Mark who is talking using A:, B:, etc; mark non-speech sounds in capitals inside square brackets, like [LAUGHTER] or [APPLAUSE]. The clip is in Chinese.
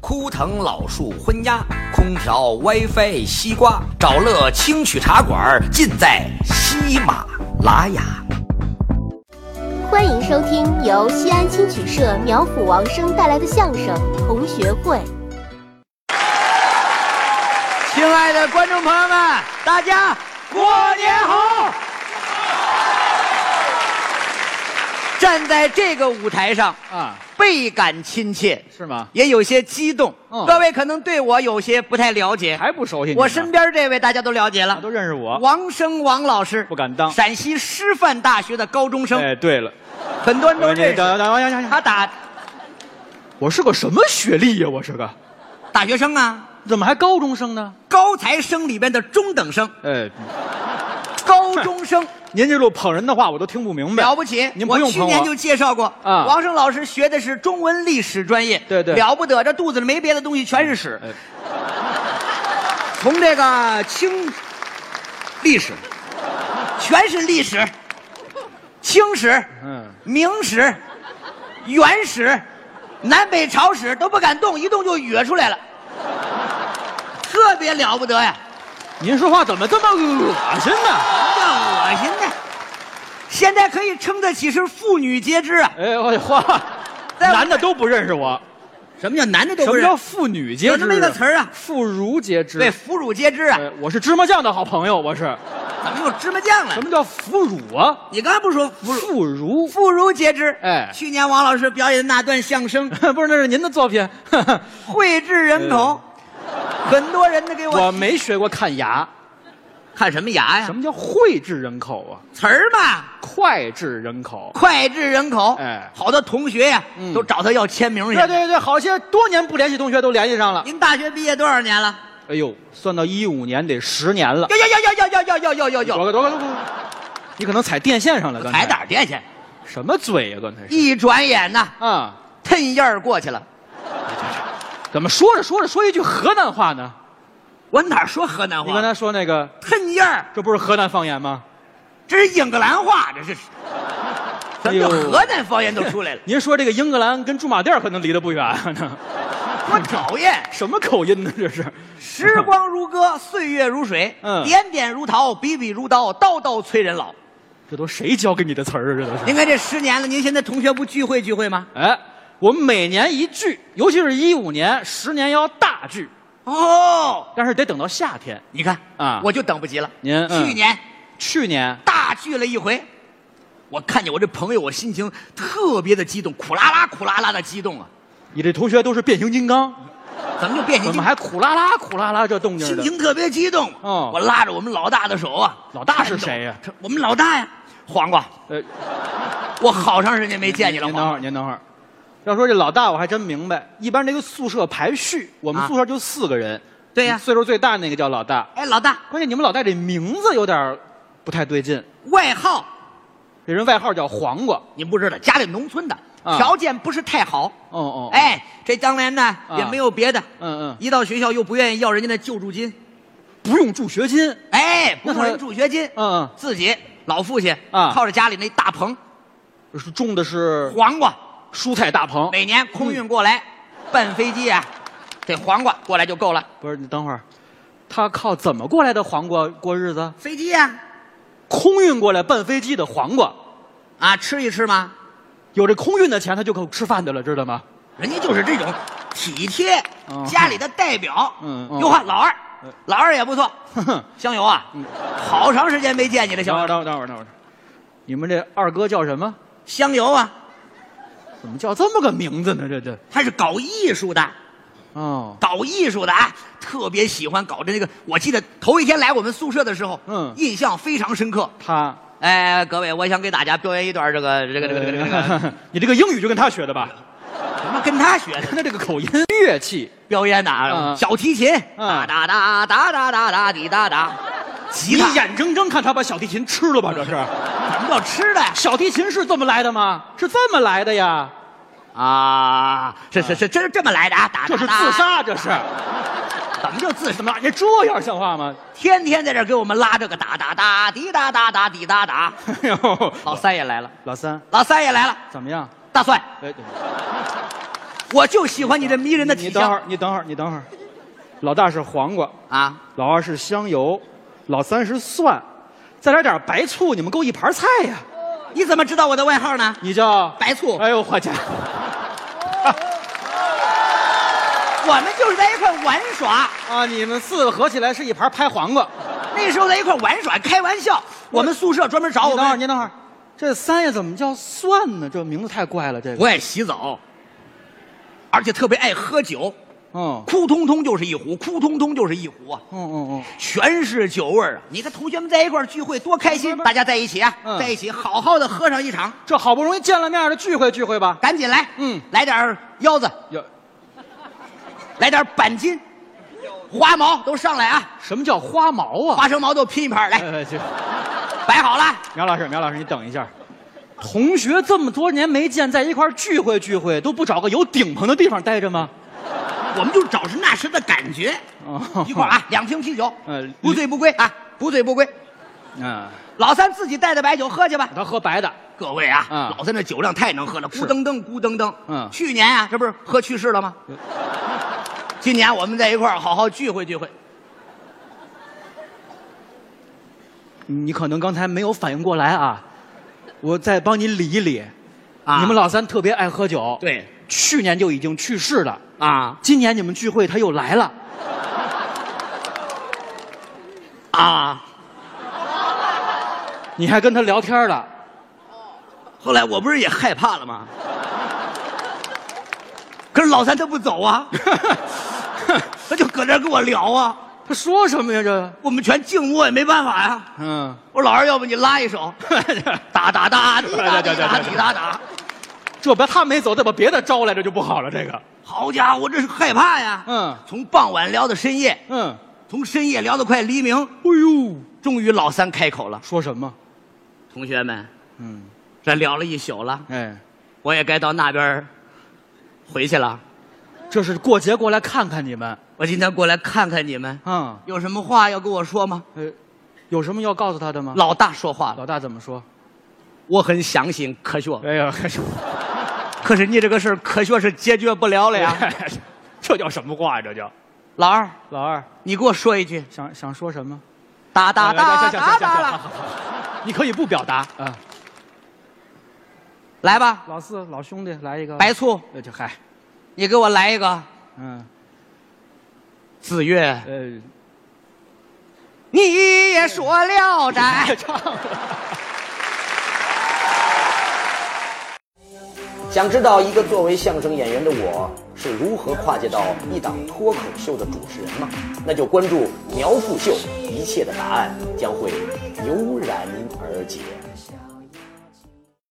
A: 枯藤老树昏鸦，空调 WiFi 西瓜，找乐清曲茶馆尽在喜马拉雅。
B: 欢迎收听由西安青曲社苗阜王声带来的相声《同学会》。
C: 亲爱的观众朋友们，大家过年好！站在这个舞台上
D: 啊，
C: 倍感亲切，
D: 是吗？
C: 也有些激动。
D: 嗯
C: 各位可能对我有些不太了解，
D: 还不熟悉你呢？啊
C: 我身边这位大家都了解了，
D: 都认识我。
C: 王生王老师，
D: 不敢当
C: 陕西师范大学的高中生，
D: 哎，对了，
C: 很多人都
D: 呃你
C: 认识。
D: 等等等，等等
C: 他
D: 等，
C: 打
D: 我是个什么学历呀？我是个，
C: 大学生啊，
D: 怎么还高中生呢？
C: 高材生里边的中等生，
D: 哎，
C: 高中生。
D: 您这路捧人的话我都听不明白。
C: 了不起！
D: 您不
C: 我
D: 用
C: 去
D: 捧
C: 年就介绍过，
D: 啊
C: 王生老师学的是中文历史专业，
D: 对对
C: 了不得，这肚子里没别的东西，全是屎。
D: 哎
C: 从这个清历史，全是历史，清史、
D: 嗯，
C: 明史、元史、南北朝史都不敢动，一动就哕出来了，特别了不得呀！
D: 您说话怎么这么恶心呢？
C: 这恶心的，现在可以称得起是妇女皆知啊！
D: 哎，我的话，
C: 在我
D: [LAUGHS] 男的都不认识我。
C: 什么叫男的都
D: 什
C: 不
D: 么
C: 认？
D: 叫妇女皆知？
C: 有这么一个词儿啊
D: 妇孺皆知。
C: 对，腐乳皆知啊！
D: 哎，我是芝麻酱的好朋友，我是。
C: 怎么有芝麻酱了
D: 什？么叫腐乳啊？
C: 你刚才不说腐乳？
D: 妇孺。
C: 腐乳皆知。
D: 哎
C: 去年王老师表演的那段相声
D: [LAUGHS]
C: [LAUGHS]
D: 不是，那是您的作品。
C: 脍炙人口，很多人都给我
D: 嗯 [LAUGHS] 我没学过看牙。
C: 看什么牙呀
D: 什？么叫脍炙人口啊？
C: 词儿嘛，
D: 脍炙人口。
C: 脍炙人口。
D: 哎
C: 好多同学呀
D: 嗯
C: 都找他要签名去。
D: 对对对，好些多年不联系同学都联系上了。
C: 您大学毕业多少年了？
D: 哎呦，算到一五年得十年了。
C: 呦呦呦呦呦呦呦呦呦
D: 多
C: 呦
D: 个多个多个，你可能踩电线上了。
C: 呦！
D: 刚
C: 踩
D: 才
C: 哪儿去？
D: 什么嘴啊呀、刚才是
C: 一转眼呐，
D: 啊，
C: 腾一儿过去了。
D: 怎么说着说着说一句河南话呢？
C: 我哪儿说河南
D: 你刚
C: 话？
D: 才说那个，
C: 腾一儿，
D: 这不是河南方言吗？
C: 这是英格兰话，这是。怎
D: 哎
C: 么
D: 呦？
C: 就河南方言都出来了
D: [LAUGHS] 您说这个英格兰跟驻马店可能离得不远
C: [LAUGHS]
D: 呢，
C: 多讨厌！
D: 什么口音呢？这是
C: 时光如歌，岁月如水，
D: 嗯
C: 点点如桃，笔笔如刀，刀刀催人老。
D: [LAUGHS] 这都谁教给你的词儿啊？这都是。
C: 您看这十年了，您现在同学不聚会聚会吗？
D: 哎，我们每年一聚，尤其是一五年，十年要大聚，
C: 哦，
D: 但是得等到夏天。
C: 你看
D: 啊
C: 我就等不及了。
D: 您嗯
C: 去年
D: 去年
C: 大聚了一回，我看见我这朋友，我心情特别的激动，苦啦啦苦啦啦的激动啊！
D: 你这同学都是变形金刚，
C: 怎么就变形
D: 怎
C: 金刚？
D: 么还苦啦啦苦啦啦这动静儿
C: 心
D: 的？
C: 情特别激动。
D: 哦
C: 我拉着我们老大的手啊。
D: 老大是谁呀
C: 他我们老大呀，黄瓜。
D: 呃，
C: 我好长时间没见你了，
D: 您
C: 黄
D: 等
C: 瓜。
D: 会儿，您等会儿。要说这老大，我还真明白。一般这个宿舍排序，我们
C: 啊
D: 宿舍就四个人。
C: 对呀
D: 岁数最大那个叫老大。
C: 哎，老大，
D: 关键你们老大这名字有点儿不太对劲，
C: 外号
D: 这人外号叫黄瓜。
C: 您不知道，家里农村的，
D: 啊
C: 条件不是太好。
D: 哦哦，，啊
C: 哎，这当年呢也没有别的，
D: 嗯嗯，
C: 一到学校又不愿意要人家的救助金，
D: 不用助学金。
C: 哎，不
D: 那
C: 用
D: 他
C: 人助学金，
D: 嗯
C: 自己老父亲
D: 啊
C: 靠着家里那大棚
D: 嗯，是种的是
C: 黄瓜，
D: 蔬菜大棚。嗯
C: 每年空运过来，半飞机啊，这黄瓜过来就够了。
D: 不是，你等会儿，他靠怎么过来的黄瓜过日子？
C: 飞机呀，
D: 空运过来半飞机的黄瓜，
C: 啊，吃一吃嘛，
D: 有这空运的钱，他就够吃饭的了，知道吗？
C: 人家就是这种体贴
D: 哦
C: 家里的代表。
D: 嗯嗯
C: 哟呵，老二
D: 嗯，
C: 老二也不
D: [LAUGHS]
C: 错。
D: 哼哼。
C: 香油啊，好长时间没见你了，
D: 等
C: 香
D: 会儿，
C: 油。
D: 等会儿，等会儿，等会儿。你们这二哥叫什么？
C: 香油啊，
D: 怎么叫这么个名字呢？这这
C: 他是搞艺术的，
D: 哦，
C: 搞艺术的啊，特别喜欢搞的那个。我记得头一天来我们宿舍的时候，
D: 嗯
C: 印象非常深刻。
D: 他
C: 哎，各位，我想给大家表演一段这个这个这个这个这个
D: 嗯
C: 这个
D: [LAUGHS] 你这个英语就跟他学的吧？
C: 什么跟他学的
D: 看他这个口音，乐器
C: 表演的啊，
D: 嗯
C: 小提琴，哒
D: 嗯
C: 哒哒哒哒哒哒滴哒哒，吉
D: 你
C: 他，
D: 眼睁睁看他把小提琴吃了吧？这是
C: 什么叫吃的呀？
D: 小提琴是这么来的吗？是这么来的呀？
C: 啊，是是是，这是这么来的啊，打
D: 这
C: 打
D: 是
C: 打
D: 自，杀，这是
C: 怎么就自杀
D: 怎？么这这样像话吗？ [LAUGHS]
C: 天天在这儿给我们拉这个哒哒哒滴哒哒哒滴哒哒。
D: 哎呦，
C: 老三也来了，
D: 老三
C: 老三也来了，
D: 怎么样？
C: 大蒜，
D: 哎，
C: 我就喜欢你这迷人的
D: 你
C: 体
D: 等会
C: 香
D: 儿，你等会儿，你等会儿。老大是黄瓜，
C: 啊！
D: 老二是香油，老三是蒜，再来点白醋，你们够一盘菜呀！
C: 你怎么知道我的外号呢？
D: 你叫
C: 白醋
D: 哎呦，我家
C: 我们就是在一块玩耍，
D: 啊！你们四个合起来是一盘拍黄瓜。
C: 那时候在一块玩耍开玩笑。我们宿舍专门找
D: 你
C: 我
D: 等会儿，你
C: 们，
D: 等会儿，这三爷怎么叫蒜呢？这名字太怪了，这个。
C: 不爱洗澡，而且特别爱喝酒，
D: 嗯
C: 哭通通就是一壶，哭通通就是一壶啊，
D: 嗯嗯
C: 全是酒味儿啊！你看同学们在一块儿聚会多开心，
D: 不是
C: 大家在一起啊，
D: 嗯
C: 在一起好好的喝上一场
D: 嗯，，这好不容易见了面的聚会聚会吧。
C: 赶紧来，
D: 嗯
C: 来点儿腰子，
D: 有
C: 来点板筋，花毛都上来啊，
D: 什么叫花毛啊？
C: 花生毛都拼一盘儿来，
D: 呃，这
C: 摆好了。
D: 苗老师，苗老师，你等一下。同学这么多年没见，在一块儿聚会聚会，都不找个有顶棚的地方待着吗？
C: 我们就找是那时的感觉。
D: 哦
C: 一块
D: [LAUGHS]
C: 儿啊，两瓶啤酒，
D: 嗯
C: 不醉不归啊，不醉不归。
D: 嗯，
C: 老三自己带的白酒喝去吧。
D: 他喝白的，
C: 各位啊，
D: 嗯
C: 老三这酒量太能喝了，咕噔噔咕噔噔。
D: 嗯呃
C: 去年啊，这不是喝去世了吗？今年我们在一块儿好好聚会聚会。
D: 你可能刚才没有反应过来啊，我再帮你理一理。
C: 啊
D: 你们老三特别爱喝酒，，
C: 对
D: 去年就已经去世了，
C: 啊
D: 今年你们聚会他又来了，
C: 啊！
D: 你还跟他聊天了。
C: 后来我不是也害怕了
D: [LAUGHS]
C: 吗？可是老三他不走
D: [LAUGHS]
C: 啊，他就搁这儿跟我聊啊，
D: 他说什么呀？这，
C: 我们全静默也没办法呀、
D: 嗯，
C: 我说老二，要不你拉一手，打打打，滴答滴答滴答打。
D: 这把他没走，再把别的招来，这就不好了。这个，
C: 好家伙，我这是害怕呀！
D: 嗯
C: 从傍晚聊到深夜，
D: 嗯，哎
C: 从深夜聊到快黎明，
D: 呦，
C: 终于老三开口了
D: 说什么？：“
C: 同学们，
D: 嗯，
C: 这聊了一宿了，
D: 哎，
C: 我也该到那边儿回去了。
D: 这是过节过来看看你们
C: 我今天过来看看你们，
D: 啊。
C: 有什么话要跟我说吗
D: 呃，有什么要告诉他的？”吗？
C: 老大说话了，
D: 老大怎么说？
C: 我很相信科学，
D: 哎呀，
C: 可是你这个事儿科学是解决不了了呀。
D: [LAUGHS] 这叫什么话呀？啊这叫
C: 老二，
D: 老二
C: 你给我说一句，
D: 想想说什么？
C: 哒哒
D: 哎
C: 哒哒
D: 好
C: 哒，
D: 好好 [LAUGHS] 你可以不表达啊。
C: 来吧。
D: 老四、老兄弟来一个
C: 白，醋，
D: 呃，就嗨，
C: 你给我来一个。
D: 嗯，
C: 子月，
D: 呃，
C: 你也说聊斋。
D: 唱
E: 想知道一个作为相声演员的我是如何跨界到一档脱口秀的主持人吗？那就关注苗阜秀，一切的答案将会油然而解。